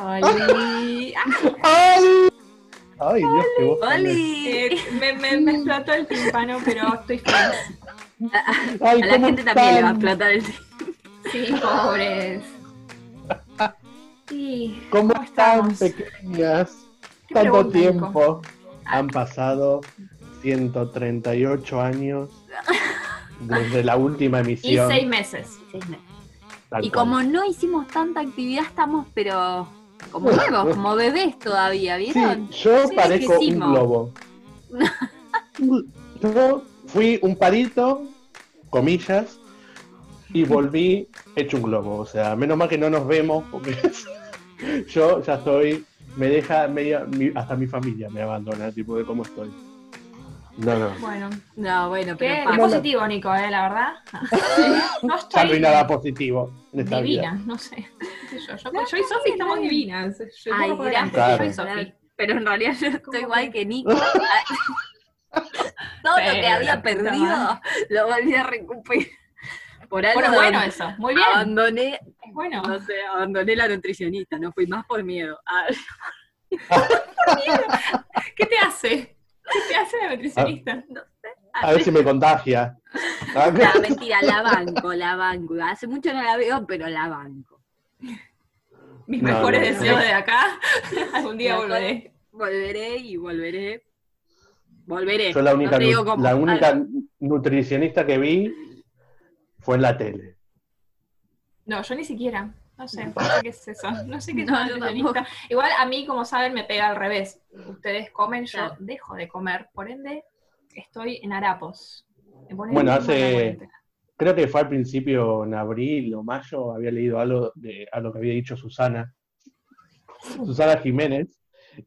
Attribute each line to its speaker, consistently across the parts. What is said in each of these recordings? Speaker 1: Oli.
Speaker 2: ¡Ay! Ay, Dios, qué voz. tan-
Speaker 1: Oli.
Speaker 3: me, me, me explotó el tímpano, pero estoy feliz.
Speaker 2: Ay,
Speaker 1: A la
Speaker 2: ¿cómo
Speaker 1: gente también le va a
Speaker 2: están?
Speaker 1: explotar el
Speaker 3: Sí, pobres. Sí,
Speaker 2: ¿Cómo están,
Speaker 3: estamos?
Speaker 2: pequeñas?
Speaker 3: Qué
Speaker 2: Tanto
Speaker 3: pregunta, Nico.
Speaker 2: tiempo. Han pasado 138 años desde la última
Speaker 3: y
Speaker 2: emisión.
Speaker 3: seis meses.
Speaker 1: chisme.
Speaker 2: tal
Speaker 1: Y
Speaker 2: cual.
Speaker 1: como no hicimos tanta actividad, estamos, pero como nuevos, como bebés todavía, ¿vieron?
Speaker 2: Sí, yo
Speaker 1: Sí,
Speaker 2: parezco un
Speaker 1: dijimos.
Speaker 2: globo. Yo fui un palito, comillas, y volví hecho un globo. O sea, menos mal que no nos vemos, porque yo ya estoy, me deja media, mi- hasta mi familia me abandona, tipo de cómo estoy. No, no.
Speaker 3: Bueno,
Speaker 1: No, bueno, pero
Speaker 3: qué,
Speaker 1: pa-
Speaker 3: qué positivo, Nico, eh, la verdad. No
Speaker 2: Ya no hay
Speaker 3: estoy
Speaker 2: nada positivo en esta vida.
Speaker 3: divina, no sé. qué sé Yo, yo, yo y Sofi estamos divinas. Yo,
Speaker 1: Ay,
Speaker 3: corro por delante,
Speaker 2: gracias.
Speaker 3: yo y
Speaker 1: Claro.
Speaker 3: Sofi.
Speaker 1: Pero en realidad yo
Speaker 3: ¿Cómo
Speaker 1: estoy igual
Speaker 3: que?
Speaker 1: que Nico. Todo lo que
Speaker 3: Pero la
Speaker 1: había
Speaker 3: puta
Speaker 1: perdido lo volví a recuperar. Por algo
Speaker 3: Bueno, bueno, eso. Muy bien.
Speaker 1: abandoné,
Speaker 3: es Bueno,
Speaker 1: no sé, abandoné la nutricionista, no fui más por miedo. Ah,
Speaker 3: ¿qué te hace? ¿Qué te hace la nutricionista?
Speaker 2: Ah.
Speaker 1: no sé.
Speaker 2: A ver si me contagia. Ah,
Speaker 1: No, mentira, la banco, la banco. Hace mucho no la veo, pero la banco.
Speaker 3: Mis
Speaker 2: No,
Speaker 3: mejores
Speaker 2: no, no.
Speaker 3: deseos de acá. Algún día
Speaker 1: Me
Speaker 3: volveré.
Speaker 1: Volveré y volveré. Volveré.
Speaker 2: Yo la única,
Speaker 1: No te digo
Speaker 2: nu-
Speaker 1: cómo.
Speaker 2: la única
Speaker 1: Ah,
Speaker 2: nutricionista que vi fue en la tele.
Speaker 3: No, yo ni siquiera. No sé, no sé qué es eso. No sé qué es
Speaker 1: No,
Speaker 3: una
Speaker 1: yo
Speaker 3: nutricionista. Igual a mí, como saben, me pega al revés. Ustedes comen, yo
Speaker 1: Claro.
Speaker 3: dejo de comer. Por ende, estoy en harapos. Me pone
Speaker 2: Bueno,
Speaker 3: muy mala
Speaker 2: hace-
Speaker 3: la cuarentena.
Speaker 2: Creo que fue al principio, en abril o mayo, había leído algo de algo que había dicho Susana, Susana Jiménez,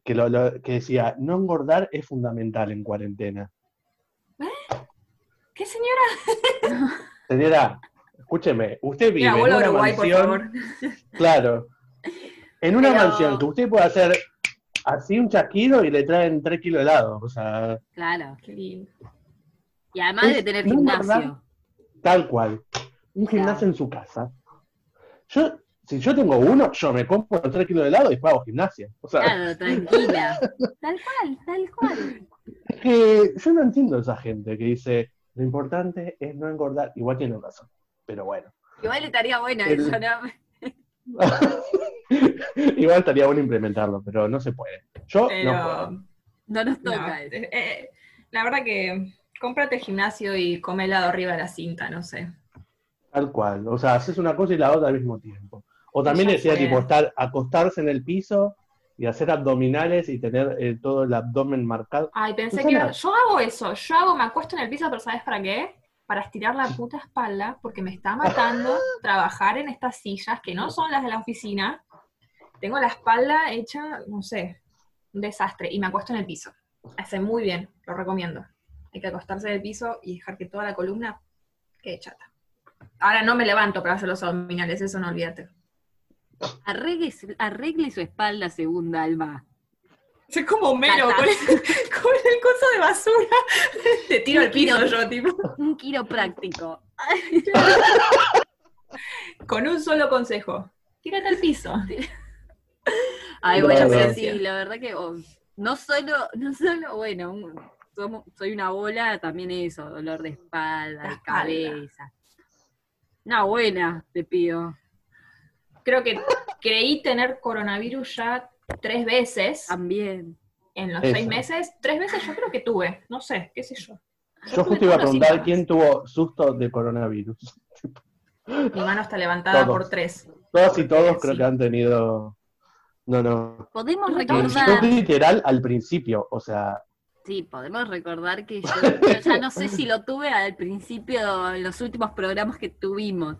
Speaker 2: que, lo- lo- que decía, no engordar es fundamental en cuarentena.
Speaker 3: ¿Qué señora?
Speaker 2: Señora, escúcheme, usted
Speaker 3: Mira,
Speaker 2: vive en
Speaker 3: vuelvo a
Speaker 2: una
Speaker 3: Uruguay, por
Speaker 2: mansión,
Speaker 3: favor.
Speaker 2: claro, en una
Speaker 1: Pero-
Speaker 2: mansión que usted puede hacer así un chasquido y le traen 3 kilos de helado, o sea,
Speaker 1: Claro.
Speaker 3: Qué lindo.
Speaker 1: Y además de
Speaker 2: Es
Speaker 1: tener
Speaker 2: muy
Speaker 1: gimnasio.
Speaker 2: verdad. Tal cual. Un gimnasio
Speaker 1: Claro.
Speaker 2: en su casa. Yo, si yo tengo uno, yo me compro tres kilos de helado y después hago gimnasia. O sea,
Speaker 1: Claro, tranquila. Tal cual, tal cual.
Speaker 2: es que Eh, yo no entiendo a esa gente que dice, lo importante es no engordar. Igual tiene razón, pero bueno.
Speaker 1: Igual estaría bueno
Speaker 2: El-
Speaker 1: eso, ¿no?
Speaker 2: Igual estaría bueno implementarlo, pero no se puede. Yo no
Speaker 3: Pero.
Speaker 2: puedo.
Speaker 1: No nos
Speaker 3: No,
Speaker 1: toca eso.
Speaker 3: eh, eh, la verdad que cómprate el gimnasio y come helado arriba de la cinta, no sé.
Speaker 2: Tal cual. O sea, haces una cosa y la otra al mismo tiempo. O también
Speaker 3: Ya
Speaker 2: decía,
Speaker 3: fue.
Speaker 2: tipo, estar, acostarse en el piso y hacer abdominales y tener eh, todo el abdomen marcado.
Speaker 3: Ay, pensé que
Speaker 2: Susana.
Speaker 3: iba- yo hago eso, yo hago, me acuesto en el piso, pero ¿sabes para qué? Para estirar la puta espalda, porque me está matando trabajar en estas sillas que no son las de la oficina. Tengo la espalda hecha, no sé, un desastre, y me acuesto en el piso. Hace muy bien, lo recomiendo. Hay que acostarse en el piso y dejar que toda la columna quede chata. Ahora no me levanto para hacer los abdominales, eso no olvídate.
Speaker 1: Arregle, su- arregle su espalda, segunda alma.
Speaker 3: Soy como mero
Speaker 1: Tata.
Speaker 3: con el, con el coso de basura. Te tiro al piso yo, tipo.
Speaker 1: Un quiropráctico.
Speaker 3: Con un solo consejo. Tírate al piso.
Speaker 1: Ay,
Speaker 2: No,
Speaker 1: bueno,
Speaker 2: no.
Speaker 1: pero sí, la verdad que oh, no solo, no solo, bueno, un- somo- soy una bola, también eso, dolor de espalda,
Speaker 3: La
Speaker 1: de
Speaker 3: espalda.
Speaker 1: cabeza. Una buena, te pido.
Speaker 3: Creo que creí tener coronavirus ya tres veces
Speaker 1: Ah, También.
Speaker 3: en los
Speaker 2: Eso.
Speaker 3: seis meses. Tres veces yo creo que tuve. No sé, qué sé yo. tuve
Speaker 2: Yo justo iba a
Speaker 3: todos los
Speaker 2: preguntar
Speaker 3: síntomas.
Speaker 2: quién tuvo susto de coronavirus.
Speaker 3: Mi mano está levantada
Speaker 2: Todos.
Speaker 3: por tres.
Speaker 2: Todos y todos
Speaker 3: Sí.
Speaker 2: creo que han tenido. No, no.
Speaker 1: Podemos
Speaker 3: No,
Speaker 2: Yo
Speaker 1: recordar,
Speaker 2: literal al principio, o sea,
Speaker 1: sí, podemos recordar que yo, yo ya no sé si lo tuve al principio, en los últimos programas que tuvimos.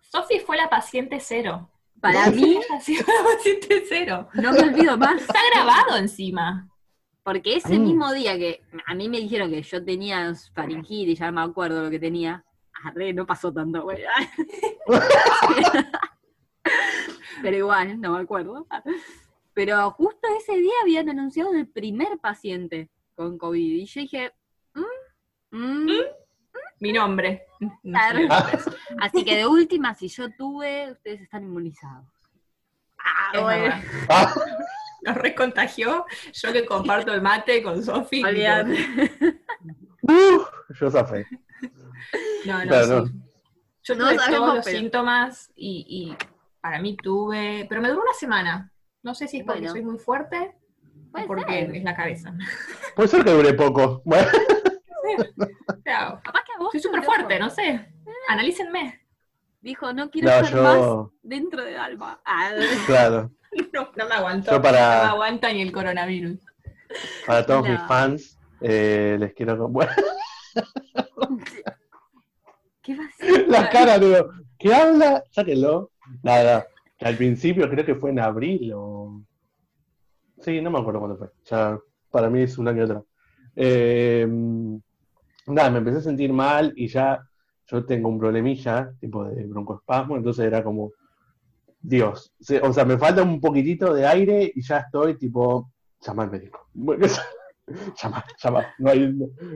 Speaker 3: Sofi fue la paciente cero.
Speaker 1: Para mí,
Speaker 3: Ha sido la paciente cero.
Speaker 1: no me olvido más.
Speaker 3: Está grabado encima.
Speaker 1: Porque ese
Speaker 2: Mm.
Speaker 1: mismo día que a mí me dijeron que yo tenía faringitis, ya no me acuerdo lo que tenía, arre, no pasó tanto, güey. Pero igual, no me acuerdo. Pero justo ese día habían anunciado el primer paciente con COVID. Y yo dije, "Mm, mm".
Speaker 3: Mi nombre. No
Speaker 1: Ah,
Speaker 3: sé.
Speaker 1: así que de última, si yo tuve, ustedes están inmunizados. Ah,
Speaker 3: Es verdad.
Speaker 2: Ah,
Speaker 3: Nos recontagió. Yo que comparto el mate con Sofi.
Speaker 1: Olvídate.
Speaker 2: uh, yo zafé.
Speaker 3: No, no,
Speaker 2: Claro.
Speaker 3: sí. Yo
Speaker 1: No
Speaker 3: tuve
Speaker 1: sabemos,
Speaker 3: todos los
Speaker 1: pero-
Speaker 3: síntomas y, y para mí tuve, pero me duró una semana. No sé si es porque
Speaker 1: Bueno.
Speaker 3: soy muy fuerte o
Speaker 1: Puede
Speaker 3: porque
Speaker 1: ser.
Speaker 3: es la cabeza.
Speaker 2: Puede ser que dure poco. Bueno,
Speaker 3: Claro,
Speaker 1: Capaz que a vos
Speaker 3: soy
Speaker 1: te Ah.
Speaker 3: súper
Speaker 1: duró.
Speaker 3: fuerte, no sé. Analícenme.
Speaker 1: Dijo, no quiero
Speaker 2: no,
Speaker 1: ser más
Speaker 2: yo.
Speaker 1: dentro del alma. Ah,
Speaker 2: Claro.
Speaker 3: No, no me aguanto.
Speaker 2: Yo para-
Speaker 3: No me aguanta ni el coronavirus.
Speaker 2: Para todos
Speaker 1: No.
Speaker 2: mis fans, eh, les quiero. con- Bueno,
Speaker 1: ¿Qué vacío.
Speaker 2: la cara, digo, ¿qué habla? Sáquenlo. Nada. que Al principio creo que fue en abril o. Sí, no me acuerdo cuándo fue. Ya, para mí es un año atrás. Eh, nada, me empecé a sentir mal y ya yo tengo un problemilla, tipo de broncoespasmo, entonces era como, Dios, se- o sea, me falta un poquitito de aire y ya estoy tipo, llama al médico. Bueno, llama, llama, no hay,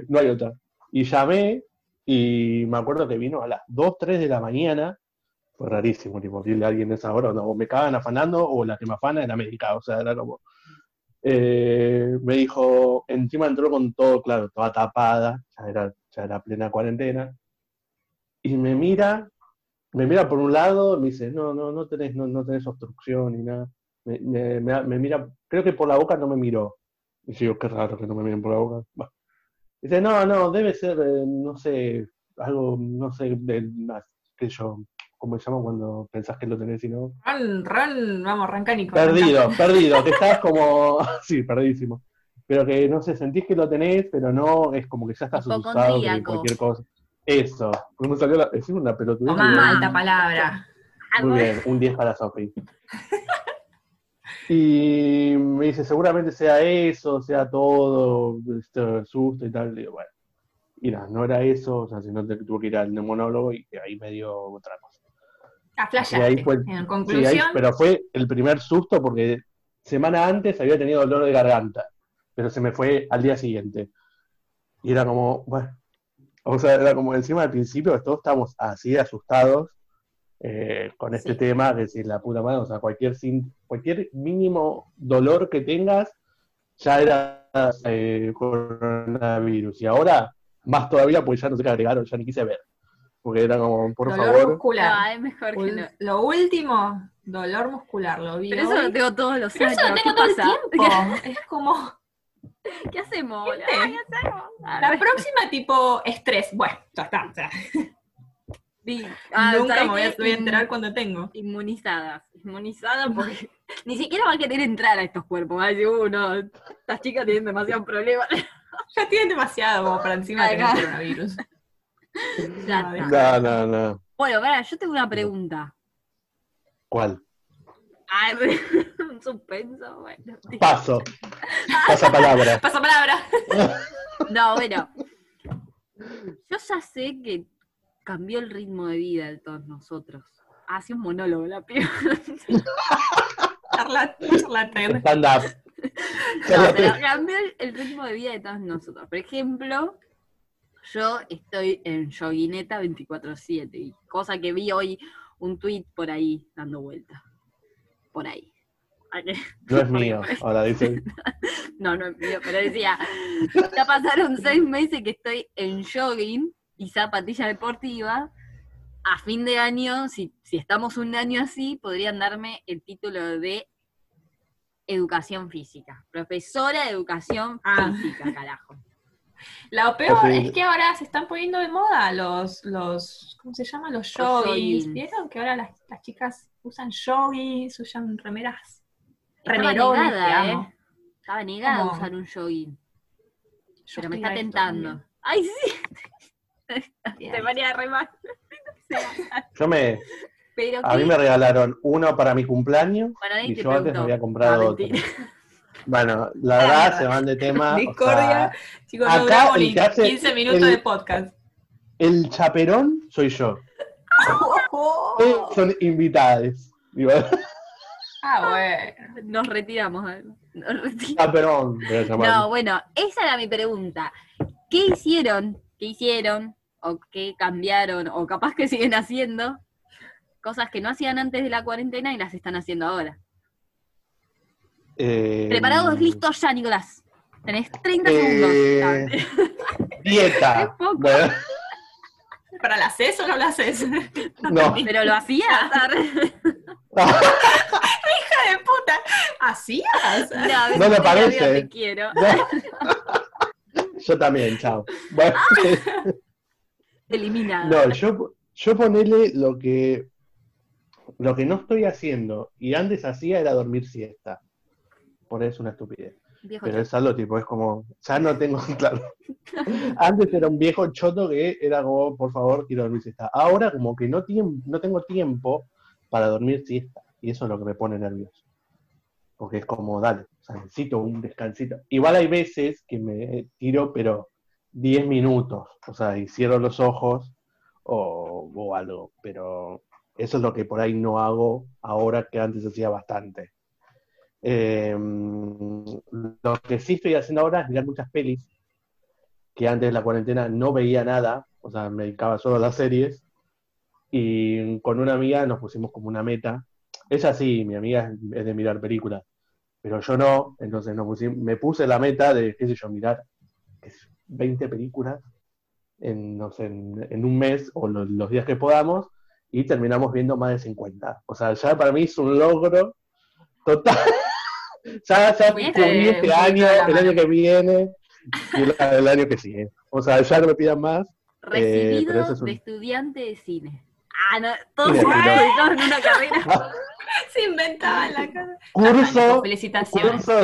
Speaker 2: no hay otra. Y llamé y me acuerdo que vino a las 2, 3 de la mañana, fue rarísimo, tipo, decirle a alguien esa hora, no, o me cagan afanando o la que me afana era médica, o sea, era como... Eh, me dijo, encima entró con todo, claro, toda tapada, ya era, ya era plena cuarentena, y me mira, me mira por un lado, me dice, no, no, no tenés, no, no tenés obstrucción ni nada, me, me- me- me mira, creo que por la boca no me miró, y yo, digo, qué raro que no me miren por la boca, Bah. dice, no, no, debe ser, eh, no sé, algo, no sé, de, que yo, ¿cómo se llama cuando pensás que lo tenés y no?
Speaker 3: Ron, Ron, vamos, arranca Nico.
Speaker 2: Perdido, perdido, que estás como. Sí, perdidísimo. Pero que no sé, sentís que lo tenés, pero no, es como que ya estás asustado de
Speaker 1: Hipocondríaco.
Speaker 2: cualquier cosa. Eso. Como salió la... Es una pelotudez.
Speaker 3: Tomá,
Speaker 1: Tomá.
Speaker 3: alta palabra.
Speaker 2: Muy bien, un 10 para Sofi. Y me dice, seguramente sea eso, sea todo, este, susto y tal. Digo, bueno. Y no, no era eso, o sea, si no te tuvo que ir al neumonólogo y ahí me dio otra cosa.
Speaker 3: A
Speaker 2: Y ahí fue-
Speaker 3: Ah, En
Speaker 2: Sí, ahí-
Speaker 3: conclusión,
Speaker 2: pero fue el primer susto porque semana antes había tenido dolor de garganta, pero se me fue al día siguiente. Y era como, bueno, o sea, era como encima al principio todos estábamos así asustados eh, con este
Speaker 1: Sí.
Speaker 2: tema, que decir, la puta madre, o sea, cualquier, sin- cualquier mínimo dolor que tengas ya era eh, coronavirus. Y ahora, más todavía, pues ya no sé qué agregaron, ya ni quise ver. Porque era como, por
Speaker 3: dolor
Speaker 2: favor.
Speaker 3: muscular.
Speaker 1: No, es mejor que
Speaker 3: Ul-
Speaker 1: no.
Speaker 3: Lo último, dolor muscular, lo vi.
Speaker 1: Pero
Speaker 3: hoy.
Speaker 1: eso lo tengo todos los
Speaker 3: Pero
Speaker 1: años.
Speaker 3: eso lo tengo
Speaker 1: ¿Qué
Speaker 3: todo el tiempo.
Speaker 1: pasa?
Speaker 3: Es como
Speaker 1: ¿Qué, qué hacemos? boludo?
Speaker 3: ¿Viste?
Speaker 1: Ay, ¿Qué hacemos?
Speaker 3: la próxima tipo estrés. Bueno, ya está. ya.
Speaker 1: Sí. Ah,
Speaker 3: Nunca
Speaker 1: ¿sabes
Speaker 3: me voy a,
Speaker 1: qué?
Speaker 3: voy a enterar cuando tengo.
Speaker 1: Inmunizadas. Inmunizadas porque ni siquiera va a querer entrar a estos cuerpos. Va a decir, uh, no, estas chicas tienen demasiados problemas.
Speaker 3: Ya tienen demasiado como para encima tener
Speaker 1: Acá.
Speaker 3: coronavirus.
Speaker 1: Ya
Speaker 3: No,
Speaker 1: está.
Speaker 2: No, no, no.
Speaker 1: Bueno, pará, yo tengo una pregunta.
Speaker 2: ¿Cuál?
Speaker 1: Ay, un suspenso, bueno.
Speaker 2: Paso. Pasa palabra.
Speaker 3: Pasa palabra.
Speaker 1: No, bueno. Yo ya sé que cambió el ritmo de vida de todos nosotros. Hace un monólogo la piba.
Speaker 3: Charla- charlatán.
Speaker 2: Stand up.
Speaker 1: No, pero cambió el- el ritmo de vida de todos nosotros. Por ejemplo, yo estoy en joguineta 24-7, y cosa que vi hoy un tweet por ahí dando vuelta. Por ahí. ¿A qué?
Speaker 2: No es mío.
Speaker 1: pues.
Speaker 2: Ahora dice.
Speaker 1: No, no es mío, pero decía, ya pasaron seis meses que estoy en jogging y zapatilla deportiva. A fin de año, si, si estamos un año así, podrían darme el título de educación física. Profesora de educación
Speaker 3: Ah.
Speaker 1: física, carajo.
Speaker 3: Lo peor
Speaker 2: Ok.
Speaker 3: es que ahora se están poniendo de moda los, los ¿cómo se llama? Los joggings.
Speaker 1: joggings.
Speaker 3: ¿Vieron que ahora las, las chicas usan joggings, usan remeras?
Speaker 1: Estaba
Speaker 3: Remerones,
Speaker 1: negada,
Speaker 3: te
Speaker 1: ¿eh?
Speaker 3: amo.
Speaker 1: Estaba negada
Speaker 3: ¿Cómo?
Speaker 1: a usar un jogging,
Speaker 3: Yo
Speaker 1: pero
Speaker 3: estoy
Speaker 1: me está
Speaker 3: recto
Speaker 1: tentando. ¡Ay, sí!
Speaker 3: también.
Speaker 1: Te maría re mal.
Speaker 2: Yo me,
Speaker 1: Pero
Speaker 2: a mí
Speaker 1: qué-
Speaker 2: me regalaron uno para mi cumpleaños
Speaker 1: Bueno, nadie
Speaker 2: y
Speaker 1: te
Speaker 2: yo antes me
Speaker 1: preguntó.
Speaker 2: había comprado
Speaker 1: Ah,
Speaker 2: otro.
Speaker 1: mentira.
Speaker 2: Bueno, la
Speaker 3: Ah,
Speaker 2: verdad
Speaker 3: mierda.
Speaker 2: se van de tema. o
Speaker 3: Discordia.
Speaker 2: sea,
Speaker 3: Chicos,
Speaker 2: Acá
Speaker 3: no duramos
Speaker 2: el
Speaker 3: ni
Speaker 2: que hace
Speaker 3: 15 minutos
Speaker 2: el-
Speaker 3: de podcast.
Speaker 2: el chaperón soy yo. Ustedes
Speaker 1: Oh.
Speaker 2: son invitadas. Digo,
Speaker 3: Ah, bueno.
Speaker 1: Nos retiramos. a ver. Nos retiramos.
Speaker 2: chaperón. voy a
Speaker 1: No,
Speaker 2: llamarlo.
Speaker 1: bueno, esa era mi pregunta. ¿Qué hicieron? ¿Qué hicieron? ¿O qué cambiaron? ¿O capaz que siguen haciendo? Cosas que no hacían antes de la cuarentena y las están haciendo ahora.
Speaker 2: eh,
Speaker 1: Preparados, listos ya, Nicolás. Tenés 30
Speaker 2: eh,
Speaker 1: segundos. Es
Speaker 2: Dieta.
Speaker 1: poco.
Speaker 2: Bueno,
Speaker 3: ¿Para la haces o no la haces?
Speaker 2: no.
Speaker 1: Pero lo hacías.
Speaker 3: ¡Hija de puta! ¿Hacías?
Speaker 1: Mira, a veces
Speaker 2: No me
Speaker 1: en la vida
Speaker 2: parece.
Speaker 1: Te quiero.
Speaker 2: No. Yo también, chao. Bueno,
Speaker 1: Ah, Eliminada.
Speaker 2: no, yo, yo ponele lo que lo que no estoy haciendo y antes hacía era dormir siesta. Por eso es una estupidez.
Speaker 1: Viejo
Speaker 2: Pero eh, el saldo tipo es como, ya no tengo claro. Antes era un viejo choto que era como, por favor, quiero dormir siesta. Ahora como que no, tiem- no tengo tiempo para dormir siesta. Y eso es lo que me pone nervioso. Porque es como, dale, o sea, necesito un descansito. Igual hay veces que me tiro, pero 10 minutos. O sea, y cierro los ojos o, o algo. Pero eso es lo que por ahí no hago ahora que antes hacía bastante. Eh, lo que sí estoy haciendo ahora es mirar muchas pelis, que antes de la cuarentena no veía nada, o sea, me dedicaba solo a las series, y con una amiga nos pusimos como una meta. Ella sí, mi amiga es- es de mirar películas, pero yo no, entonces nos pusi- me puse la meta de, qué sé yo, mirar qué sé yo, 20 películas en, no sé, en, en un mes o lo- los días que podamos, y terminamos viendo más de 50. O sea, ya para mí es un logro total. ya ya
Speaker 3: Fuiste
Speaker 2: cubrí
Speaker 3: un
Speaker 2: este
Speaker 3: poquito de
Speaker 2: año,
Speaker 3: la
Speaker 2: el
Speaker 3: mano.
Speaker 2: año que viene y el, el año que sigue. O sea, ya no me pidan más. Eh, pero
Speaker 1: Recibido
Speaker 2: eso es un-
Speaker 1: de estudiante de cine. Ah, no, todos
Speaker 2: Mira,
Speaker 1: se
Speaker 2: mira.
Speaker 1: dedicados en una carrera.
Speaker 3: Se inventaba la cara.
Speaker 2: Ah. Curso,
Speaker 3: Felicitaciones.
Speaker 2: curso,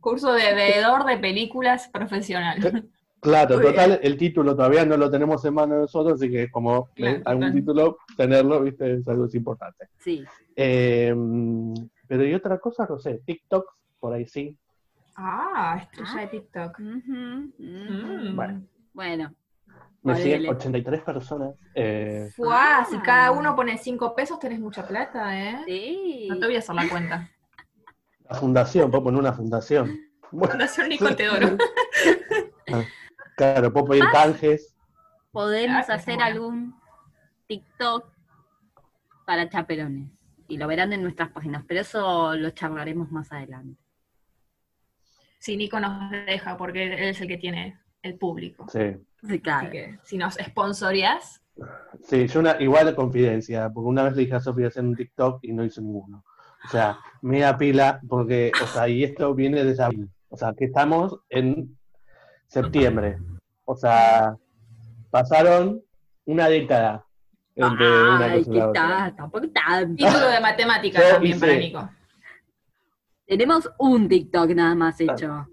Speaker 3: Curso de veedor de películas
Speaker 2: Eh.
Speaker 3: profesional.
Speaker 2: Claro,
Speaker 1: Muy
Speaker 2: total, el título todavía no lo tenemos en mano nosotros, así que es como
Speaker 3: Claro,
Speaker 2: ¿ves? algún
Speaker 3: total.
Speaker 2: título, tenerlo, viste, es algo es importante.
Speaker 1: Sí.
Speaker 2: Eh, pero y otra cosa, no sé, TikTok, por ahí sí.
Speaker 3: Ah, estrella de TikTok.
Speaker 1: Ujú, ujú.
Speaker 3: Mm.
Speaker 2: Bueno.
Speaker 1: Bueno,
Speaker 2: Me
Speaker 1: Ponele.
Speaker 2: siguen 83 personas. eh,
Speaker 3: Fuá,
Speaker 1: Ah.
Speaker 3: si cada uno pone 5 pesos, tenés mucha plata, ¿eh?
Speaker 1: sí.
Speaker 3: No te voy a hacer la cuenta.
Speaker 2: la fundación, puedo poner una fundación. Bueno,
Speaker 3: Fundación Nico Teodoro.
Speaker 2: claro, puedo pedir canjes.
Speaker 1: Podemos
Speaker 3: Claro,
Speaker 1: hacer
Speaker 3: bueno.
Speaker 1: algún TikTok para chaperones. Y lo verán en nuestras páginas, pero eso lo charlaremos más adelante.
Speaker 3: Si Nico nos deja, porque él es el que tiene el público.
Speaker 2: Sí.
Speaker 1: Sí,
Speaker 3: Así
Speaker 1: claro.
Speaker 3: que si nos sponsorías,
Speaker 2: Sí, yo una, igual confidencia, porque una vez le dije a Sofía hacer un TikTok y no hizo ninguno. O sea, media pila, porque, o sea, y esto viene desde abril. O sea, que estamos en septiembre. O sea, pasaron una década entre una
Speaker 1: Ay,
Speaker 2: cosa y
Speaker 1: qué
Speaker 2: la otra.
Speaker 1: tal, tampoco tanto.
Speaker 3: título de matemática
Speaker 2: Yo
Speaker 3: también para
Speaker 2: hice-
Speaker 3: Nico.
Speaker 1: Tenemos un TikTok nada más hecho.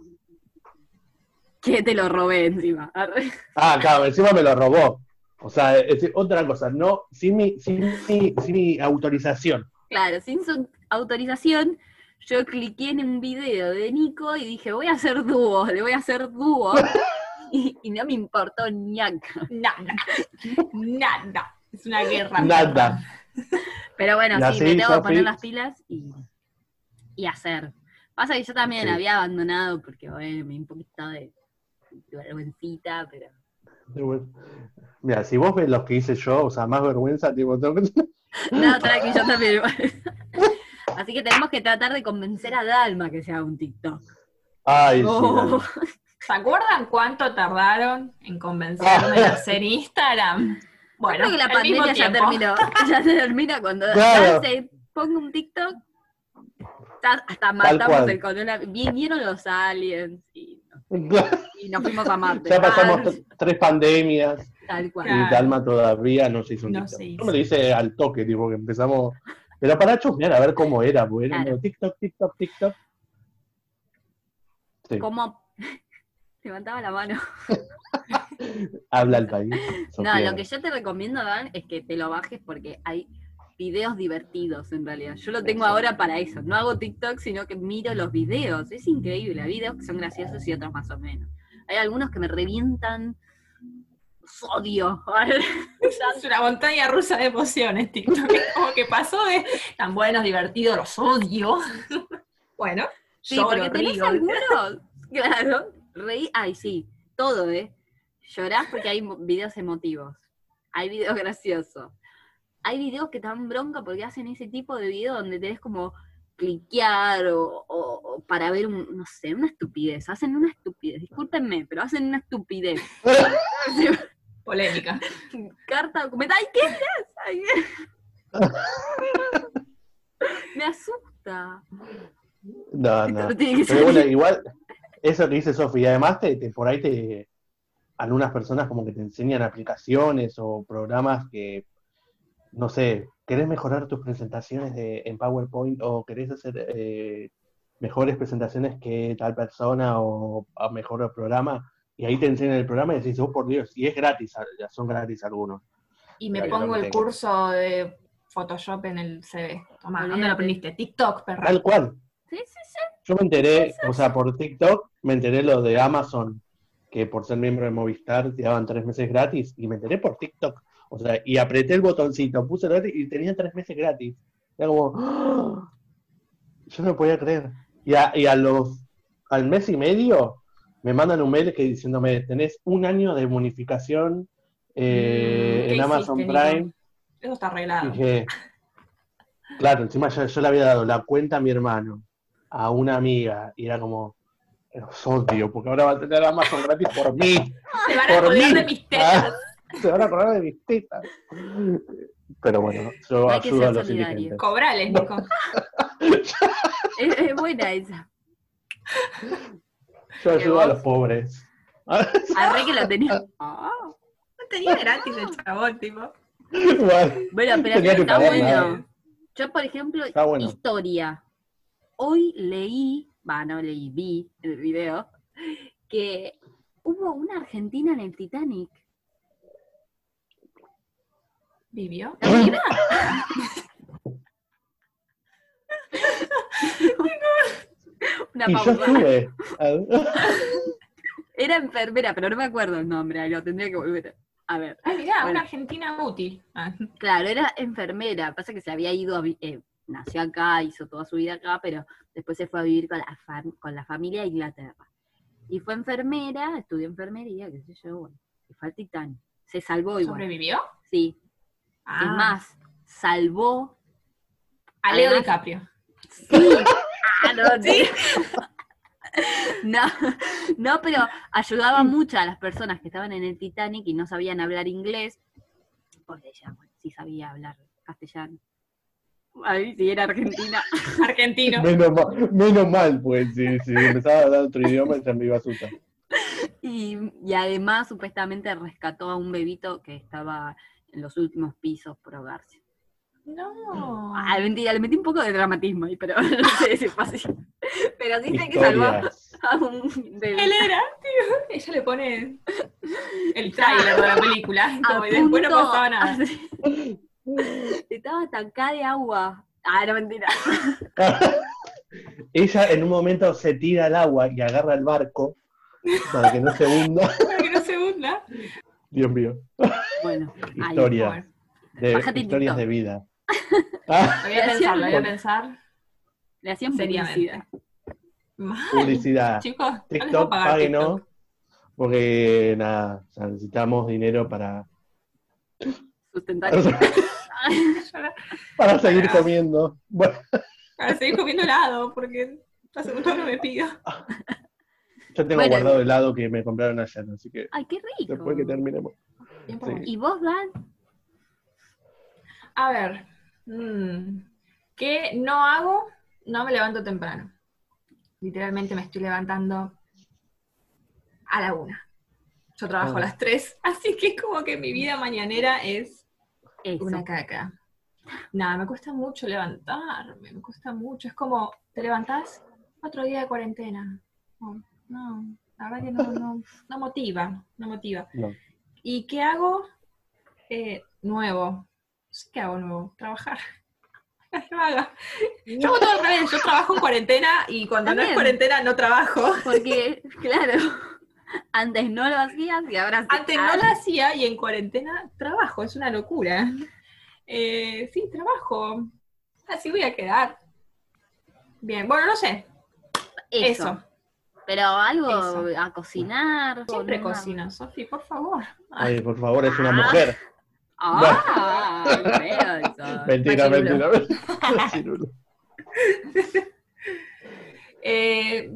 Speaker 1: Que te lo robé encima. Arre.
Speaker 2: Ah, claro, encima me lo robó. O sea, es decir, otra cosa, no, sin mi, sin mi, sin mi autorización.
Speaker 1: Claro, sin su autorización, yo cliqué en un video de Nico y dije, voy a hacer dúos, le voy a hacer dúos. Y, y no me importó ñaca.
Speaker 3: Nada. Nada. Es una guerra.
Speaker 2: Nada.
Speaker 1: Pero bueno,
Speaker 2: Y
Speaker 1: sí,
Speaker 2: así,
Speaker 1: me tengo que
Speaker 2: Sofi.
Speaker 1: poner las pilas y, y hacer. Pasa que yo también
Speaker 2: Sí.
Speaker 1: había abandonado porque, bueno, me dio un poquito de, de vergüencita, pero...
Speaker 2: De vuelta. Mira, si vos ves los que hice yo, o sea, más vergüenza, tipo, tengo que-
Speaker 1: No, tranqui, yo también. Así que tenemos que tratar de convencer a Dalma que sea un TikTok.
Speaker 2: Ay, sí, dale.
Speaker 1: Oh,
Speaker 3: ¿Se acuerdan cuánto tardaron en convencerme de hacer Instagram? Bueno,
Speaker 1: creo que la
Speaker 3: al mismo
Speaker 1: pandemia ya
Speaker 3: tiempo.
Speaker 1: terminó. Ya se termina cuando
Speaker 2: Claro.
Speaker 1: Dal se ponga un TikTok. ya Hasta matamos
Speaker 2: cual.
Speaker 1: el coronavirus. Vinieron los aliens y, y nos fuimos a Marte.
Speaker 2: Ya pasamos
Speaker 1: Ah,
Speaker 2: t- tres pandemias
Speaker 1: tal cual.
Speaker 3: Claro.
Speaker 2: y Dalma todavía no se hizo un
Speaker 3: No
Speaker 2: TikTok.
Speaker 3: se hizo.
Speaker 2: Yo me lo hice al toque, tipo que empezamos. Pero para chusmear a ver cómo era, porque era
Speaker 1: Claro.
Speaker 2: como TikTok, TikTok, TikTok. Sí,
Speaker 1: Como levantaba la mano.
Speaker 2: habla el país.
Speaker 1: No,
Speaker 2: Sofía.
Speaker 1: lo que yo te recomiendo, Dan, es que te lo bajes porque hay videos divertidos en realidad. Yo lo tengo ahora para eso. No hago TikTok, sino que miro los videos. Es increíble. Hay videos que son graciosos y otros más o menos. Hay algunos que me revientan sodio.
Speaker 3: Es una montaña rusa de emociones, TikTok. Es Como que pasó de tan buenos, divertidos, los odio. Bueno,
Speaker 1: Sí,
Speaker 3: yo
Speaker 1: porque
Speaker 3: lo
Speaker 1: tenés
Speaker 3: río.
Speaker 1: algunos. Claro. Reí. Ay, sí. Todo, ¿eh? Llorás porque hay mo- videos emotivos. Hay videos graciosos. Hay videos que te dan bronca porque hacen ese tipo de video donde tenés como cliquear o, o- o para ver, un- no sé, una estupidez. Hacen una estupidez, discúlpenme, pero hacen una estupidez.
Speaker 3: Polémica.
Speaker 1: Carta documental. ¡Ay, qué es Ay, qué- Me asusta.
Speaker 2: No,
Speaker 1: Esto
Speaker 2: no.
Speaker 1: no tiene que
Speaker 2: Pero bueno,
Speaker 1: salir.
Speaker 2: igual, eso que dice Sofi, y además te, te- por ahí te, algunas personas como que te enseñan aplicaciones o programas que, no sé, querés mejorar tus presentaciones de, en PowerPoint o querés hacer eh, mejores presentaciones que tal persona o a mejor el programa, y ahí te enseñan el programa y decís, oh por Dios, y es gratis, ya son gratis algunos.
Speaker 3: Y me
Speaker 2: Claro,
Speaker 3: pongo el
Speaker 2: tengo.
Speaker 3: curso de Photoshop en el CV. Tomá, ¿dónde
Speaker 1: Olvídate.
Speaker 3: lo aprendiste? TikTok, perra.
Speaker 2: Tal cual,
Speaker 1: Sí, sí, sí.
Speaker 2: Yo me enteré, o sea, por TikTok, me enteré lo de Amazon, que por ser miembro de Movistar te daban tres meses gratis, y me enteré por TikTok. O sea, y apreté el botoncito, puse gratis y tenía tres meses gratis. Era como, ¡ah! yo no podía creer. Y a, y a los, al mes y medio, me mandan un mail que diciéndome, tenés un año de bonificación eh,
Speaker 3: Mm, ¿qué
Speaker 2: en Amazon
Speaker 3: hiciste, Nico?
Speaker 2: Prime.
Speaker 3: Eso está arreglado.
Speaker 2: Dije, claro, encima yo, yo le había dado la cuenta a mi hermano, a una amiga, y era como, los odio, porque ahora va a tener Amazon gratis por mí.
Speaker 3: Se van a
Speaker 2: Por mí.
Speaker 3: colgar de mis tetas.
Speaker 2: Ah, se van a acordar de mis tetas. Pero bueno, yo
Speaker 1: Hay que
Speaker 2: ayudo
Speaker 1: ser
Speaker 2: a los
Speaker 1: solidarios.
Speaker 3: Ah.
Speaker 2: indigentes.
Speaker 3: Cobrales, Nico.
Speaker 1: Es, es buena esa.
Speaker 2: Yo
Speaker 1: ¿Que
Speaker 2: ayudo a
Speaker 1: vos?
Speaker 2: los pobres.
Speaker 1: Arre que la tenía. Ah.
Speaker 3: No tenía gratis el chabón, tipo.
Speaker 2: Igual,
Speaker 1: Bueno, pero
Speaker 2: Tenía que
Speaker 1: está
Speaker 2: pagarla.
Speaker 1: bueno. Yo, por ejemplo,
Speaker 2: Está bueno.
Speaker 1: historia. Hoy leí, va, no leí, vi el video, que hubo una argentina en el Titanic.
Speaker 3: ¿Vivió?
Speaker 1: ¿La vieron? Una
Speaker 2: Y yo
Speaker 1: pausa.
Speaker 2: estuve.
Speaker 1: Era enfermera, pero no me acuerdo el nombre, lo tendría que volver a ver.
Speaker 3: Ah, mirá,
Speaker 1: Bueno.
Speaker 3: una argentina útil. Ah,
Speaker 1: Claro, era enfermera, pasa que se había ido, a vi- eh, nació acá, hizo toda su vida acá, pero después se fue a vivir con la, fam- con la familia a Inglaterra. Y fue enfermera, estudió enfermería, qué sé yo, bueno, y fue al Titanic. Se salvó igual,
Speaker 3: ¿Sobrevivió?
Speaker 1: sí.
Speaker 3: Ah,
Speaker 1: Es más, salvó.
Speaker 3: A Leo
Speaker 1: además-
Speaker 3: DiCaprio.
Speaker 1: Sí. Ah, no, sí. No, no, pero ayudaba mucho a las personas que estaban en el Titanic y no sabían hablar inglés, porque ella bueno, sí sabía hablar castellano. Ay, sí, era argentina.
Speaker 3: Argentino.
Speaker 2: menos, mal, menos mal, pues, si, si empezaba a hablar otro idioma, ya me iba a asustar.
Speaker 1: Y, y además supuestamente rescató a un bebito que estaba en los últimos pisos por ahogarse.
Speaker 3: No.
Speaker 1: Ay, mentira, le metí un poco de dramatismo ahí, pero no sé si fue así. Pero sí sé que salvó a
Speaker 2: Historias.
Speaker 1: un bebé.
Speaker 3: Él era, tío. Ella le pone el tráiler de la película.
Speaker 1: a
Speaker 3: Como, y después no
Speaker 1: punto-
Speaker 3: pasaba pues, nada.
Speaker 1: así. Estaba tancada de agua. Ah, no, mentira.
Speaker 2: Ella en un momento se tira al agua y agarra el barco para que no se hunda.
Speaker 3: Para que no se hunda.
Speaker 2: Dios mío.
Speaker 1: Bueno, ahí.
Speaker 2: Historia.
Speaker 3: Bueno,
Speaker 2: De,
Speaker 1: Bájate
Speaker 2: historias
Speaker 1: TikTok.
Speaker 2: de vida. Ah,
Speaker 3: lo voy a pensar, lo voy a pensar.
Speaker 1: Le hacían
Speaker 3: Seriamente.
Speaker 1: publicidad.
Speaker 2: publicidad.
Speaker 3: Chicos, no les voy a
Speaker 2: TikTok,
Speaker 3: pagar
Speaker 2: páguenos.
Speaker 3: TikTok.
Speaker 2: Porque nada, o sea, necesitamos dinero para,
Speaker 1: Sustentar.
Speaker 2: para seguir
Speaker 1: Ah.
Speaker 2: comiendo. Bueno,
Speaker 3: Para seguir comiendo helado, porque hace mucho que no me pido.
Speaker 2: yo tengo
Speaker 1: Bueno.
Speaker 2: guardado helado que me compraron ayer, así que
Speaker 1: Ay, qué rico.
Speaker 2: después que terminemos.
Speaker 3: Bien por
Speaker 2: Sí.
Speaker 3: vos.
Speaker 1: ¿Y vos, Dan?
Speaker 3: A ver, mm, ¿qué no hago? No me levanto temprano. Literalmente me estoy levantando a la una. Yo trabajo a
Speaker 2: Ah.
Speaker 3: las tres, así que es como que mi vida mañanera es
Speaker 1: Eso.
Speaker 3: una caca. Nada, me cuesta mucho levantarme, me cuesta mucho. Es como, te levantás otro día de cuarentena. Oh, no, la verdad que no, no, no motiva, no motiva.
Speaker 2: No.
Speaker 3: ¿Y qué hago? Eh, nuevo. Sí, ¿Qué hago nuevo? Trabajar. Yo hago- yo hago todo al revés, yo trabajo en cuarentena y cuando no
Speaker 1: También.
Speaker 3: es cuarentena no trabajo.
Speaker 1: Porque, claro, antes no lo hacías y ahora sí.
Speaker 3: Antes
Speaker 1: Ah,
Speaker 3: no lo hacía y en cuarentena trabajo, es una locura. Eh, sí, trabajo. Así voy a quedar. Bien, bueno, no sé.
Speaker 1: Eso.
Speaker 3: Eso.
Speaker 1: Pero algo
Speaker 3: Eso.
Speaker 1: a cocinar.
Speaker 3: Siempre
Speaker 1: no, no.
Speaker 3: cocino, Sofi, por favor. Ah,
Speaker 2: Ay, por favor, es una mujer.
Speaker 1: Ah, qué feo eso.
Speaker 2: Mentira,
Speaker 3: machirulo.
Speaker 2: mentira. mentira.
Speaker 3: Eh,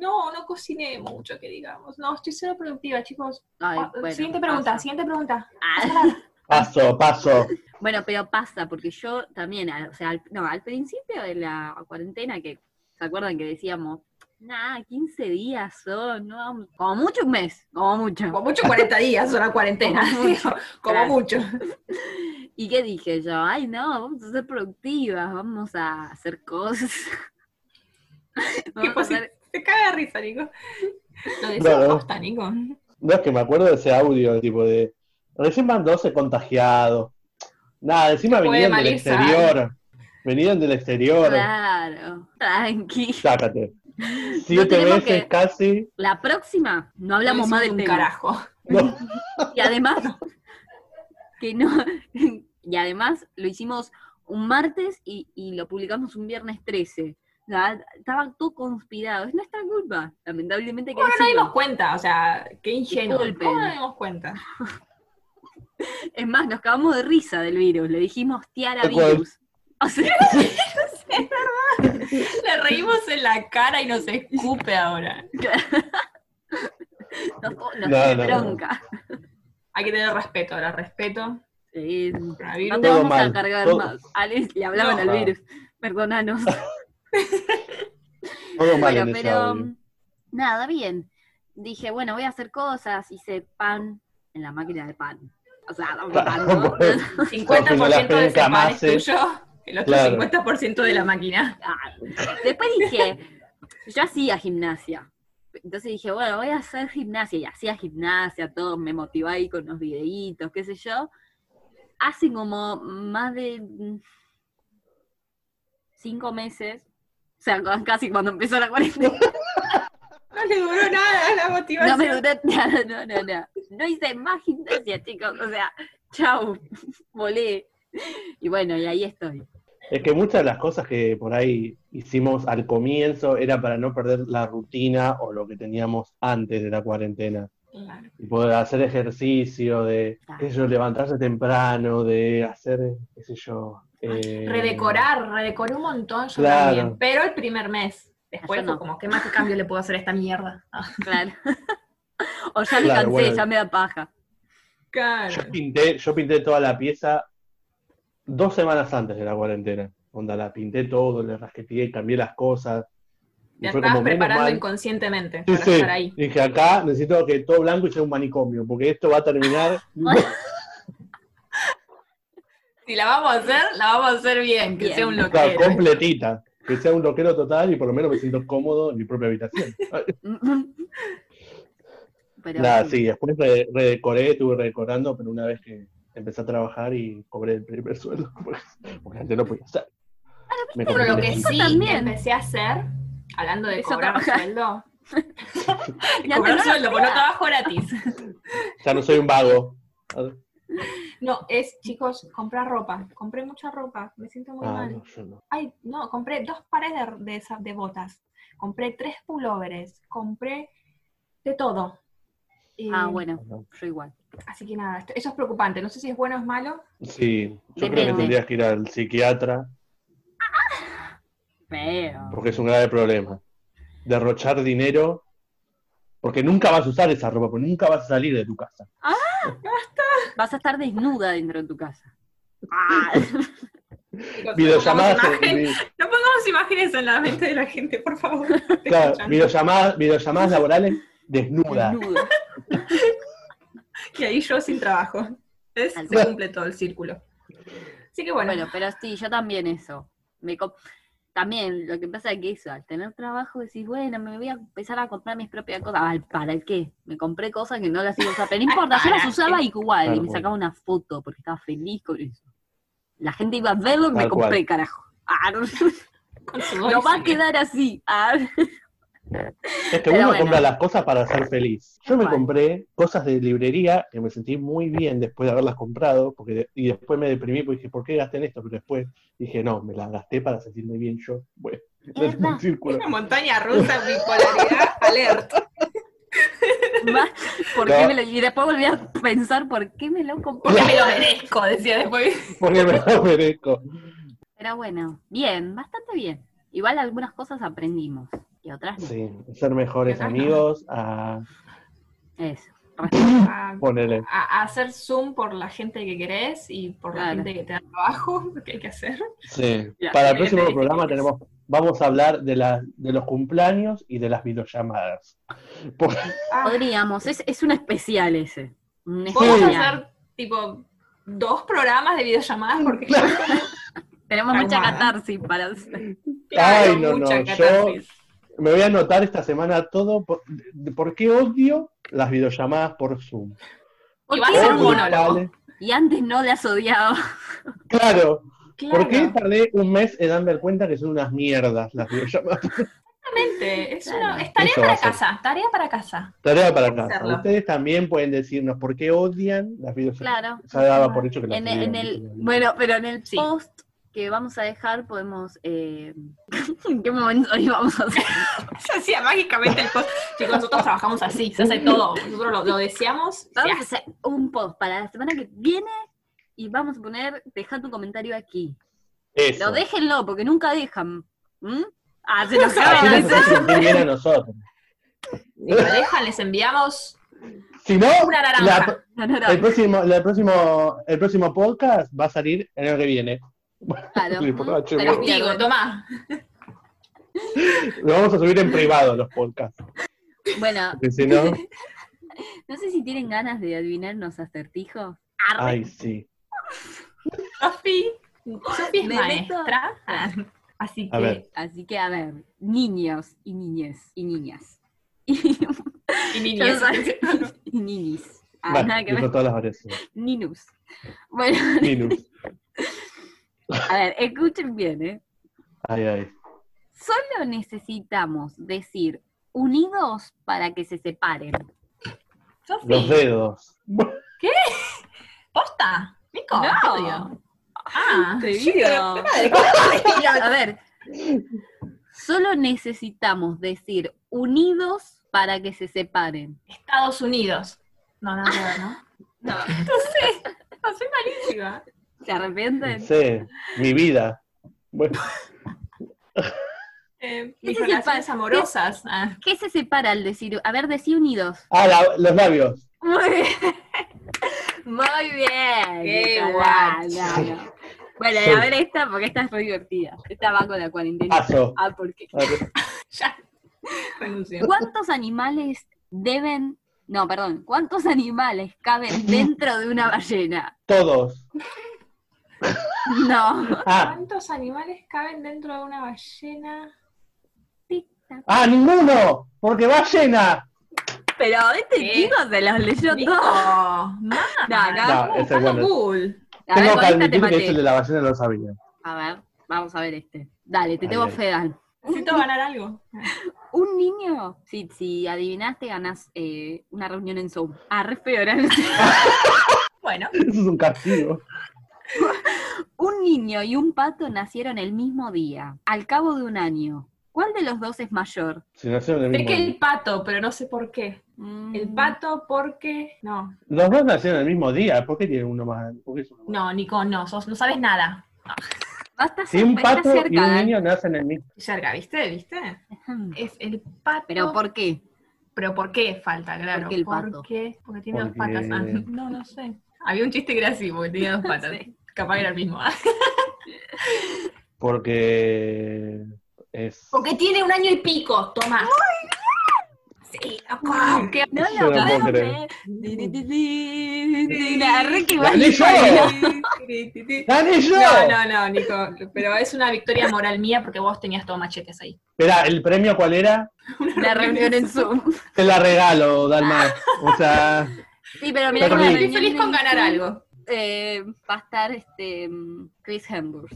Speaker 3: no, no cociné mucho, que digamos. No, estoy cero productiva, chicos.
Speaker 1: Ay,
Speaker 3: Ah,
Speaker 1: bueno,
Speaker 3: siguiente pregunta,
Speaker 1: pasa.
Speaker 3: siguiente pregunta.
Speaker 1: Ah,
Speaker 2: Paso, paso.
Speaker 1: bueno, pero pasa, porque yo también, al- o sea, al, no, al principio de la cuarentena, que se acuerdan que decíamos, nada, 15 días son, no, vamos-". como mucho un mes, como mucho.
Speaker 3: Como mucho 40 días una cuarentena,
Speaker 1: Como mucho,
Speaker 3: digo, como
Speaker 1: claro.
Speaker 3: mucho.
Speaker 1: ¿Y qué dije yo? Ay, no, vamos a ser productivas, vamos a hacer cosas. Vamos a
Speaker 3: fácil.
Speaker 1: hacer-
Speaker 3: Se caga de risa, Nico. Lo de
Speaker 2: Claro.
Speaker 3: posta, Nico.
Speaker 2: No es que me acuerdo de ese audio, tipo de. Recién van 12 contagiados. Nada, encima
Speaker 3: Puede
Speaker 2: venían del
Speaker 3: malizar.
Speaker 2: exterior. Venían del exterior.
Speaker 1: Claro, tranqui.
Speaker 2: Sácate. Siete
Speaker 1: tenemos
Speaker 2: veces
Speaker 1: que-
Speaker 2: casi.
Speaker 1: La próxima no hablamos
Speaker 3: No
Speaker 1: más
Speaker 3: hiciste
Speaker 1: del
Speaker 3: un
Speaker 1: tema.
Speaker 3: carajo.
Speaker 2: No,
Speaker 1: Y además, que no, y además lo hicimos un martes y, y lo publicamos un viernes 13. O sea, estaba todo conspirado. Es nuestra culpa, lamentablemente. hay Que
Speaker 3: Bueno, no
Speaker 1: decirlo.
Speaker 3: dimos cuenta, o sea, qué ingenuo.
Speaker 1: Disculpen.
Speaker 3: ¿Cómo no dimos cuenta?
Speaker 1: es más, nos cagamos de risa del virus. Le dijimos tiara
Speaker 2: Tal cual.
Speaker 1: virus. O sea,
Speaker 3: Le reímos en la cara y nos escupe ahora.
Speaker 1: nos, po- nos
Speaker 2: No,
Speaker 1: tiene
Speaker 2: no, no.
Speaker 1: bronca.
Speaker 3: Hay que tener respeto, ahora respeto.
Speaker 1: Sí,
Speaker 3: Coronavirus.
Speaker 1: no te
Speaker 2: Todo
Speaker 1: vamos a
Speaker 2: mal,
Speaker 1: cargar
Speaker 2: todo-
Speaker 1: más. Alex, le hablaban
Speaker 3: No.
Speaker 1: al virus. Perdonanos.
Speaker 2: todo mal
Speaker 1: Bueno,
Speaker 2: en ese
Speaker 1: pero
Speaker 2: audio.
Speaker 1: nada, bien. Dije, bueno, voy a hacer cosas, hice pan en la máquina de pan. O sea, dame pan, ¿no?
Speaker 2: Bueno.
Speaker 3: 50%
Speaker 2: Como la
Speaker 3: de ese pan es
Speaker 2: penca Mase.
Speaker 3: tuyo, el otro
Speaker 2: Claro.
Speaker 3: 50% de la máquina.
Speaker 1: Ah, Después dije, yo hacía gimnasia. Entonces dije, bueno, voy a hacer gimnasia. Y hacía gimnasia, todo, me motivaba ahí con los videitos, qué sé yo. Hace como más de mm, cinco meses, o sea, casi cuando empezó la cuarentena.
Speaker 3: No le duró nada la
Speaker 1: No
Speaker 3: motivación.
Speaker 1: me duró nada, no, no, no. No hice más gimnasia, chicos. O sea, chau, volé. Y bueno, y ahí estoy.
Speaker 2: Es que muchas de las cosas que por ahí hicimos al comienzo era para no perder la rutina o lo que teníamos antes de la cuarentena.
Speaker 3: Claro.
Speaker 2: Y poder hacer ejercicio, de qué sé yo, levantarse temprano, de hacer, qué sé yo.
Speaker 1: Ah,
Speaker 2: eh,
Speaker 3: Redecorar, redecoré un montón yo
Speaker 2: Claro.
Speaker 3: también, pero el primer mes. Después
Speaker 1: Yo
Speaker 3: fue
Speaker 1: no.
Speaker 3: como, ¿qué más cambio le puedo hacer a esta mierda? Ah,
Speaker 1: Claro. O ya me
Speaker 2: Claro,
Speaker 1: cansé,
Speaker 2: bueno.
Speaker 1: ya me da paja.
Speaker 3: Claro.
Speaker 2: Yo pinté, yo pinté toda la pieza dos semanas antes de la cuarentena. Onda, la pinté todo, le rasqueteé, cambié las cosas. Y
Speaker 3: Te
Speaker 2: fue
Speaker 3: estabas
Speaker 2: como, menos
Speaker 3: preparando
Speaker 2: mal.
Speaker 3: inconscientemente
Speaker 2: Sí,
Speaker 3: para
Speaker 2: sí.
Speaker 3: estar ahí.
Speaker 2: Dije, acá necesito que todo blanco y sea un manicomio, porque esto va a terminar.
Speaker 3: Si la vamos a hacer, la vamos a hacer bien, que
Speaker 1: Bien.
Speaker 3: sea un
Speaker 2: Claro,
Speaker 3: loquero.
Speaker 2: completita. Que sea un loquero total y por lo menos me siento cómodo en mi propia habitación.
Speaker 1: Pero
Speaker 2: Nada,
Speaker 1: sí.
Speaker 2: sí, después re- redecoré, estuve redecorando, pero una vez que empecé a trabajar y cobré el primer sueldo, porque, porque antes no podía hacer. Me
Speaker 3: Pero lo
Speaker 2: compré
Speaker 3: que
Speaker 2: un-
Speaker 1: Eso
Speaker 3: Este, sí
Speaker 1: también.
Speaker 3: empecé a hacer, hablando de
Speaker 1: Empezó a
Speaker 3: cobrar
Speaker 1: trabajar.
Speaker 3: sueldo,
Speaker 1: Y antes
Speaker 3: cobrar
Speaker 1: no lo
Speaker 3: sueldo, porque no
Speaker 1: hacía.
Speaker 3: trabajo gratis.
Speaker 2: Ya no soy un vago.
Speaker 3: No, es, chicos, comprar ropa. Compré mucha ropa, me siento muy
Speaker 2: Ah,
Speaker 3: mal.
Speaker 2: no, yo no.
Speaker 3: Ay, no, compré dos pares de, de, esa- de botas, compré tres pullovers, compré de todo. Eh,
Speaker 1: Ah, bueno,
Speaker 2: no.
Speaker 1: yo igual.
Speaker 3: Así que nada, esto- eso es preocupante. No sé si es bueno o es malo.
Speaker 2: Sí, yo creo
Speaker 1: Depende.
Speaker 2: que tendrías que ir al psiquiatra
Speaker 1: Pero.
Speaker 2: porque es un grave problema. Derrochar dinero porque nunca vas a usar esa ropa, porque nunca vas a salir de tu casa.
Speaker 1: Vas a estar desnuda dentro de tu casa. Ah,
Speaker 3: Chicos,
Speaker 2: Videollamadas,
Speaker 3: No pongamos, imagen-
Speaker 2: vi-
Speaker 3: no pongamos imágenes en la mente de la gente, por favor. Te
Speaker 2: claro,
Speaker 3: escuchan.
Speaker 2: videollamadas, videollamadas laborales desnudas.
Speaker 1: desnuda.
Speaker 3: Y ahí yo sin trabajo. ¿Ves?
Speaker 1: Tal
Speaker 3: Se
Speaker 2: cual.
Speaker 3: cumple todo el círculo. Así que bueno,
Speaker 1: Bueno, pero sí, yo también eso. Me co- también lo que pasa es que eso, al tener trabajo decís, bueno, me voy a empezar a comprar mis propias cosas. Ay, ¿Para qué? Me compré cosas que no las iba a usar, pero no
Speaker 3: Ay,
Speaker 1: importa, yo las
Speaker 3: ¿para
Speaker 1: usaba
Speaker 3: qué?
Speaker 1: igual
Speaker 2: Tal
Speaker 1: y me
Speaker 2: cual.
Speaker 1: sacaba una foto porque estaba feliz con eso. La gente iba a verlo y me
Speaker 2: Tal cual.
Speaker 1: compré, carajo. Ah, no,
Speaker 3: con su
Speaker 1: no va a
Speaker 3: sangre.
Speaker 1: quedar así. Ah,
Speaker 2: Es que
Speaker 1: Pero
Speaker 2: uno
Speaker 1: bueno.
Speaker 2: compra las cosas para ser feliz. Yo me
Speaker 1: Tal cual.
Speaker 2: compré cosas de librería que me sentí muy bien después de haberlas comprado, porque de- y después me deprimí porque dije, ¿por qué gasté en esto? Pero después dije, no, me las gasté para sentirme bien yo. Bueno, es
Speaker 1: verdad.
Speaker 2: un círculo.
Speaker 3: Una montaña rusa, bipolaridad, alert.
Speaker 1: más, ¿por qué
Speaker 2: No.
Speaker 1: me lo- y después volví a pensar, ¿por qué me lo compré?
Speaker 3: Porque me lo merezco, decía después.
Speaker 2: Porque me lo merezco.
Speaker 1: Pero bueno, bien, bastante bien. Igual algunas cosas aprendimos y otras no.
Speaker 2: Sí, ser mejores
Speaker 3: Ajá.
Speaker 2: amigos, a
Speaker 1: Eso.
Speaker 3: A,
Speaker 2: ponerle.
Speaker 3: a- a hacer Zoom por la gente que querés y por la
Speaker 1: Claro.
Speaker 3: gente que te da trabajo, que hay que hacer.
Speaker 2: Sí.
Speaker 1: Ya,
Speaker 2: Para el
Speaker 1: bien,
Speaker 2: próximo
Speaker 1: bien,
Speaker 2: programa
Speaker 1: bien.
Speaker 2: tenemos, vamos a hablar de, las de los cumpleaños y de las videollamadas. Porque-
Speaker 3: Ah,
Speaker 1: Podríamos, es, es un especial ese. Un
Speaker 3: Podemos
Speaker 1: especial.
Speaker 3: hacer, tipo, dos programas de videollamadas porque
Speaker 1: Tenemos mucha
Speaker 3: Traumada.
Speaker 1: catarsis para hacer.
Speaker 2: Ay, no,
Speaker 3: mucha
Speaker 2: no, yo-
Speaker 3: catarsis.
Speaker 2: me voy a anotar esta semana todo por, de por qué odio las videollamadas por Zoom.
Speaker 1: ¿Por
Speaker 3: Y va a
Speaker 1: qué
Speaker 3: ser
Speaker 2: Oh,
Speaker 1: no?
Speaker 3: un monólogo.
Speaker 2: vale.
Speaker 1: Y antes no las odiaba.
Speaker 2: Claro,
Speaker 3: Claro,
Speaker 2: ¿por qué tardé un mes en darme cuenta que son unas mierdas las videollamadas?
Speaker 3: exactamente. Es, una- es
Speaker 2: Eso va
Speaker 3: tarea
Speaker 2: a
Speaker 3: para
Speaker 2: ser.
Speaker 3: casa, tarea para casa.
Speaker 2: Tarea para casa.
Speaker 3: Hacerlo.
Speaker 2: Ustedes también pueden decirnos por qué odian las videollamadas.
Speaker 1: Claro.
Speaker 2: Ya daba por hecho que las
Speaker 1: En, el- en
Speaker 2: odian.
Speaker 1: el, bueno, pero en el
Speaker 3: Sí.
Speaker 1: post que vamos a dejar podemos... eh, ¿En qué momento hoy vamos a hacer?
Speaker 3: Se hacía mágicamente el post. Chicos, nosotros trabajamos así, se hace todo. Nosotros lo, lo deseamos. se
Speaker 1: Vamos a
Speaker 3: hace.
Speaker 1: hacer un post para la semana que viene y vamos a poner, deja tu comentario aquí.
Speaker 2: Eso.
Speaker 1: Pero déjenlo, porque nunca dejan. ¿Mm? Ah, se nos
Speaker 2: Así
Speaker 1: acaba de
Speaker 2: nos
Speaker 1: hacer.
Speaker 2: hacen sentir bien a nosotros.
Speaker 3: Si lo dejan, les enviamos
Speaker 2: Si no,
Speaker 3: Una
Speaker 2: la,
Speaker 3: naranja.
Speaker 1: No, no, no,
Speaker 2: El próximo, la próximo, el próximo podcast va a salir en el que viene.
Speaker 1: claro.
Speaker 2: Le pongo
Speaker 1: ¿Mm?
Speaker 2: H,
Speaker 1: Pero
Speaker 2: bueno.
Speaker 1: bien,
Speaker 3: castigo, tomá.
Speaker 2: Lo vamos a subir en privado los podcasts.
Speaker 1: Bueno,
Speaker 2: porque si no,
Speaker 1: no sé si tienen ganas de adivinarnos acertijos. Arre.
Speaker 2: ay sí.
Speaker 3: Sofi. Sofi es
Speaker 1: Me meto.
Speaker 3: maestra. Ah, Así
Speaker 2: A ver.
Speaker 3: que,
Speaker 1: Así que, a ver, niños y niñez y niñas. Y,
Speaker 3: y niñez.
Speaker 1: y ninis. Ah,
Speaker 2: Bueno,
Speaker 1: nada que
Speaker 2: dijo
Speaker 1: ver.
Speaker 2: todas las variaciones.
Speaker 1: Ninus. Bueno,
Speaker 2: Linux.
Speaker 1: a ver, escuchen bien, ¿eh?
Speaker 2: Ay, ay.
Speaker 1: Solo necesitamos decir unidos para que se separen.
Speaker 2: Los
Speaker 3: Sofi,
Speaker 2: dedos.
Speaker 3: posta. Nico,
Speaker 1: No.
Speaker 3: te odio. Ah,
Speaker 1: A ver, solo necesitamos decir unidos para que se separen.
Speaker 3: Estados Unidos. No, no, no, no.
Speaker 1: No,
Speaker 3: No, soy malísima.
Speaker 1: ¿se arrepienten?
Speaker 2: sé, mi vida. Bueno,
Speaker 3: Eh, mis
Speaker 1: Ese es el
Speaker 3: relaciones
Speaker 1: pa-
Speaker 3: amorosas. Ah.
Speaker 1: ¿Qué se separa al decir? A ver, decí unidos.
Speaker 2: ah, la- los labios.
Speaker 1: Muy bien. Muy bien.
Speaker 3: Qué
Speaker 1: Nicolás,
Speaker 3: guay.
Speaker 1: no, no. Bueno,
Speaker 2: Sí.
Speaker 1: a ver esta, porque esta es muy divertida. Esta va con la cuarentena.
Speaker 2: Paso.
Speaker 1: Ah, ¿por qué?
Speaker 3: Ya. Renuncio.
Speaker 1: ¿Cuántos animales deben... No, perdón. ¿Cuántos animales caben dentro de una ballena?
Speaker 2: Todos.
Speaker 1: No.
Speaker 2: Ah,
Speaker 3: ¿Cuántos animales caben dentro de una ballena?
Speaker 2: ah, ninguno. Porque va llena.
Speaker 1: Pero este
Speaker 3: Sí.
Speaker 1: chico se los leyó
Speaker 3: Nico,
Speaker 1: todos.
Speaker 3: ma,
Speaker 1: No, no.
Speaker 2: No, ese
Speaker 3: estás
Speaker 2: bueno.
Speaker 3: a full.
Speaker 1: A ver,
Speaker 2: Tengo que
Speaker 1: con esta te
Speaker 2: admitir que ese de
Speaker 1: maté.
Speaker 2: la ballena lo sabía.
Speaker 1: A ver, vamos a ver este. Dale, te
Speaker 2: Ay,
Speaker 1: tengo
Speaker 2: ay.
Speaker 1: fe, Dan.
Speaker 3: Necesito ganar algo.
Speaker 1: Un niño, si, si adivinaste, ganás eh, una reunión en Zoom. Ah, re feo, era.
Speaker 3: Bueno,
Speaker 2: Eso es un castigo.
Speaker 1: Un niño y un pato nacieron el mismo día, al cabo de un año. ¿Cuál de los dos es mayor?
Speaker 2: Si no hicieron el
Speaker 3: sé
Speaker 2: mismo
Speaker 3: que el
Speaker 2: día.
Speaker 3: pato, pero no sé por qué. El
Speaker 1: Mm,
Speaker 3: pato porque... No,
Speaker 2: Los dos nacieron el mismo día. ¿Por qué tienen uno más? ¿Por qué es uno más?
Speaker 3: no, Nico, no, sos, no sabes nada.
Speaker 1: Basta
Speaker 2: Si un
Speaker 1: cerca, está
Speaker 2: pato y un
Speaker 1: cerca,
Speaker 2: niño nacen el mismo.
Speaker 3: Yerga, ¿viste? ¿Viste?
Speaker 1: Dan.
Speaker 3: Es el pato...
Speaker 1: ¿Pero por qué?
Speaker 3: Pero ¿por qué falta? Claro.
Speaker 1: ¿Por qué el pato?
Speaker 3: ¿Por qué? Porque tiene dos
Speaker 2: Porque-
Speaker 3: patas. Ah, no, no sé. Había un chiste gracioso porque tenía dos patas.
Speaker 1: Sí.
Speaker 3: Capaz que era el mismo. Ah.
Speaker 2: Porque es.
Speaker 3: Porque tiene un año y pico, toma. Sí, wow, qué
Speaker 1: No
Speaker 2: Yo no puedo creer.
Speaker 1: Re que
Speaker 2: Gané yo.
Speaker 1: baila.
Speaker 2: ¡Gané yo!
Speaker 3: No, no, no, Nico, pero es una victoria moral mía porque vos tenías todo machetes ahí.
Speaker 2: Espera, ¿el premio cuál era?
Speaker 1: Una reunión en Zoom.
Speaker 2: Te la regalo, Dalma. O sea,
Speaker 1: Sí, pero mira
Speaker 2: mirá
Speaker 1: que
Speaker 2: Pero
Speaker 1: una
Speaker 2: que
Speaker 3: Estoy
Speaker 1: reunión
Speaker 3: feliz con
Speaker 1: en
Speaker 3: ganar
Speaker 1: Zoom,
Speaker 3: algo.
Speaker 1: eh, va a estar este mm, Chris Hemsworth.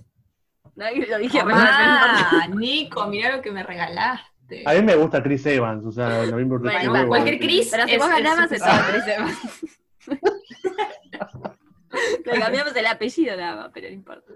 Speaker 1: No, Lo dije re mal.
Speaker 3: Ah, Nico, mirá lo que me regalaste.
Speaker 2: a mí me gusta Chris Evans. O sea, lo mismo
Speaker 1: Bueno,
Speaker 2: Chris
Speaker 1: igual,
Speaker 2: Evans.
Speaker 3: cualquier Chris.
Speaker 1: Pero si
Speaker 3: Es-
Speaker 1: vos
Speaker 3: es
Speaker 1: ganabas,
Speaker 3: un-
Speaker 1: estaba Chris Evans. Le cambiamos el apellido nada más, pero no importa.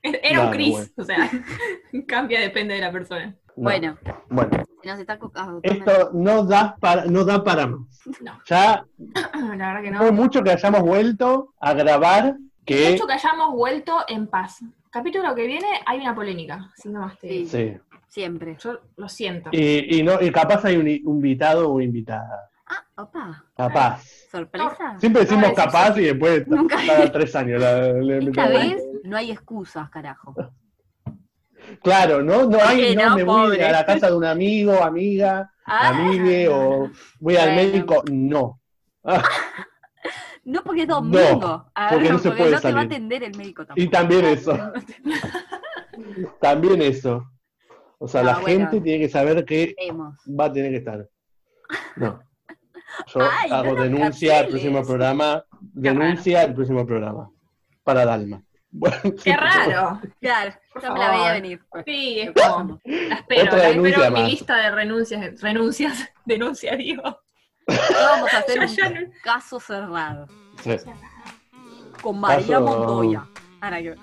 Speaker 3: Era un
Speaker 2: Claro,
Speaker 3: Cris, o sea, cambia depende de la persona.
Speaker 2: No.
Speaker 1: Bueno,
Speaker 2: Bueno,
Speaker 1: se nos está cocando.
Speaker 2: esto no da para, no da para más.
Speaker 3: No.
Speaker 2: Ya
Speaker 3: Ah, La verdad que no.
Speaker 2: fue mucho que hayamos vuelto a grabar que.
Speaker 3: Mucho que hayamos vuelto en paz. Capítulo que viene hay una polémica, así nomás te
Speaker 1: Sí.
Speaker 3: digo.
Speaker 2: Sí.
Speaker 1: Siempre.
Speaker 3: Yo lo siento.
Speaker 2: Y, y no, y capaz hay un invitado o invitada.
Speaker 1: Ah, opa.
Speaker 2: Capaz.
Speaker 1: Sorpresa.
Speaker 2: Siempre decimos
Speaker 3: Ah, eso
Speaker 2: capaz y después
Speaker 1: Nunca.
Speaker 2: cada tres años la- le
Speaker 1: Esta
Speaker 2: metemos.
Speaker 1: vez no hay excusas, carajo.
Speaker 2: Claro, ¿no? No
Speaker 1: Sí,
Speaker 2: hay, no,
Speaker 1: no,
Speaker 2: me voy
Speaker 1: pobre.
Speaker 2: a la casa de un amigo, amiga,
Speaker 1: Ah,
Speaker 2: familia o voy al
Speaker 1: Bueno.
Speaker 2: médico. No. Ah,
Speaker 1: No porque es domingo. Ah,
Speaker 2: porque no se puede
Speaker 1: te va a
Speaker 2: salir.
Speaker 1: atender el médico tampoco. Ah,
Speaker 2: y también eso. también eso. O sea,
Speaker 1: Ah,
Speaker 2: la
Speaker 1: bueno.
Speaker 2: gente tiene que saber que
Speaker 1: Vemos.
Speaker 2: va a tener que estar. No. Yo
Speaker 1: Ay, no
Speaker 2: hago
Speaker 1: lo
Speaker 2: denuncia al
Speaker 1: canceles.
Speaker 2: próximo programa. Denuncia al próximo programa. Para Dalma. Bueno,
Speaker 3: ¡Qué raro!
Speaker 1: Claro,
Speaker 3: Por
Speaker 1: yo me la veía
Speaker 3: favor.
Speaker 1: venir. pues.
Speaker 3: Sí, es como. La espero,
Speaker 2: Otra
Speaker 3: la
Speaker 2: denuncia
Speaker 3: espero en mi
Speaker 2: más.
Speaker 3: lista de renuncias. Renuncias, denuncias, digo.
Speaker 1: Vamos a hacer
Speaker 3: Yo ya
Speaker 1: un
Speaker 3: no-
Speaker 1: caso cerrado
Speaker 2: Sí.
Speaker 1: con María
Speaker 2: Caso-
Speaker 1: Montoya. Ahora que-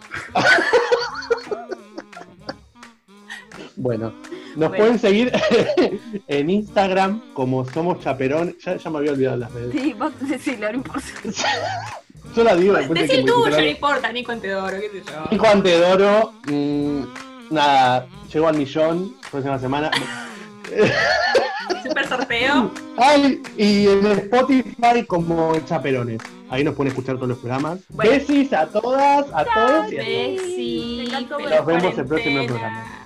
Speaker 2: Bueno, nos
Speaker 1: Bueno.
Speaker 2: pueden seguir en Instagram como Somos Chaperón. Ya, ya me había olvidado las redes.
Speaker 1: Sí, vos decilo, no importa.
Speaker 2: Yo la digo después de
Speaker 3: Decí
Speaker 2: que
Speaker 3: el
Speaker 2: me
Speaker 3: tuyo, no
Speaker 2: titularon.
Speaker 3: importa, Nico Antedoro, qué sé yo.
Speaker 2: Nico Antedoro, mm, nada, llegó al millón próxima semana.
Speaker 3: Super sorteo.
Speaker 2: Ay, y en Spotify como Chaperones. Ahí nos pueden escuchar todos los programas.
Speaker 1: Bueno.
Speaker 2: Besis a todas, a todos y a todos.
Speaker 3: Bessie.
Speaker 1: Me encantó,
Speaker 3: feliz
Speaker 2: Nos vemos el próximo
Speaker 3: cuarentena.
Speaker 2: programa.